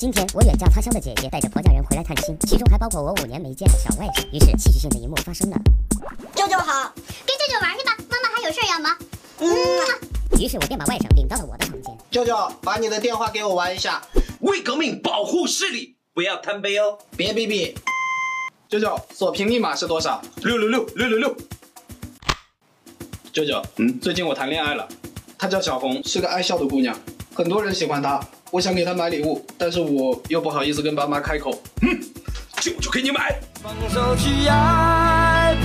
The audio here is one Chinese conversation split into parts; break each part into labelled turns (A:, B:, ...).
A: 今天我远嫁他乡的姐姐带着婆家人回来探亲，其中还包括我五年没见的小外甥。于是戏剧性的一幕发生了。
B: 舅舅好，
C: 跟舅舅玩去吧，妈妈还有事儿要忙。
B: 嗯，
A: 于是我便把外甥领到了我的房间。
D: 舅舅，把你的电话给我玩一下，
E: 为革命保护视力，不要贪杯哦。
D: 别比比。舅舅，锁屏密码是多少？六六六六六六。舅舅，嗯，最近我谈恋爱了，她叫小红，是个爱笑的姑娘，很多人喜欢她。我想给她买礼物，但是我又不好意思跟爸妈开口。
E: 舅舅给你买。
F: 放手去爱，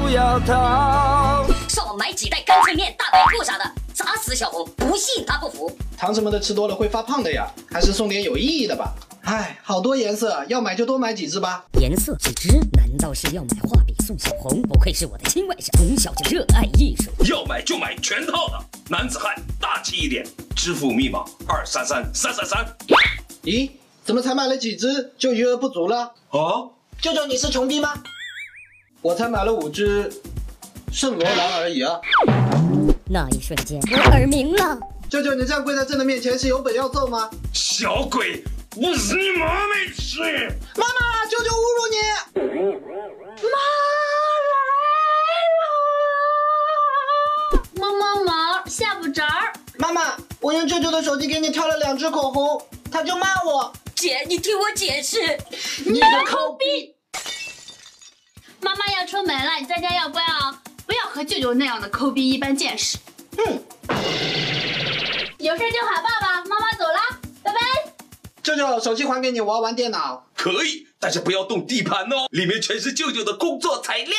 F: 不要逃。
G: 上网买几袋干脆面、大白兔啥的，砸死小红！不信他不服。
D: 糖什么的吃多了会发胖的呀，还是送点有意义的吧。唉，好多颜色，要买就多买几支吧。
A: 颜色纸支，难道是要买画笔送小红？不愧是我的亲外甥，从小就热爱艺术。
E: 要买就买全套的，男子汉大气一点。支付密码二三三三三三。
D: 咦，怎么才买了几支就余额不足了？
E: 啊，
B: 舅舅你是穷逼吗？
D: 我才买了五支圣罗兰而已啊！
A: 那一瞬间，我耳鸣了。
D: 舅舅，你这样跪在朕的面前是有本要奏吗？
E: 小鬼，我是你妈没吃。
D: 妈妈，舅舅侮辱你！
H: 毛毛毛，下不着儿。
B: 妈妈，我用舅舅的手机给你挑了两支口红，他就骂我。
G: 姐，你听我解释。
D: 你个抠
H: 逼！妈妈要出门了，你在家要不要？不要和舅舅那样的抠逼一般见识。
B: 嗯，
H: 有事就喊爸爸，妈妈走了，拜拜。
D: 舅舅，手机还给你，我要玩电脑。
E: 可以，但是不要动地盘哦，里面全是舅舅的工作材料。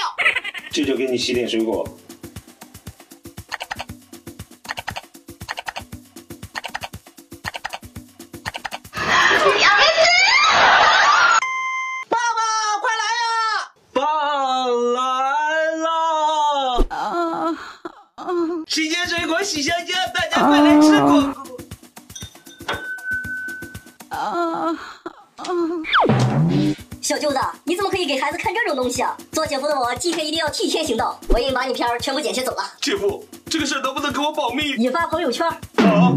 E: 舅舅给你洗点水果。
B: 爸爸快
E: 啊
B: 来呀！
F: 爸来了！啊啊！洗鲜水果，洗香蕉，大家快来吃果果。
G: 小舅子，你怎么可以给孩子看这种东西啊？做姐夫的我，今天一定要替天行道，我已经把你片儿全部剪切走了，
E: 姐夫，这个事儿能不能给我保密？
G: 也发朋友圈。
E: 啊，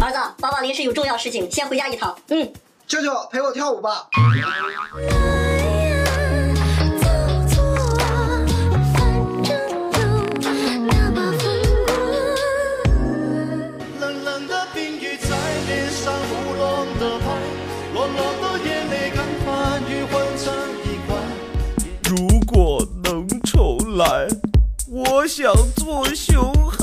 G: 儿子，爸爸临时有重要事情，先回家一趟。嗯，
D: 舅舅，陪我跳舞吧。
I: 走错啊，反正都那么风光。
F: 冷冷的冰雨在脸上胡乱的拍，落落的眼泪干翻与混成一块。如果能重来，我想做熊孩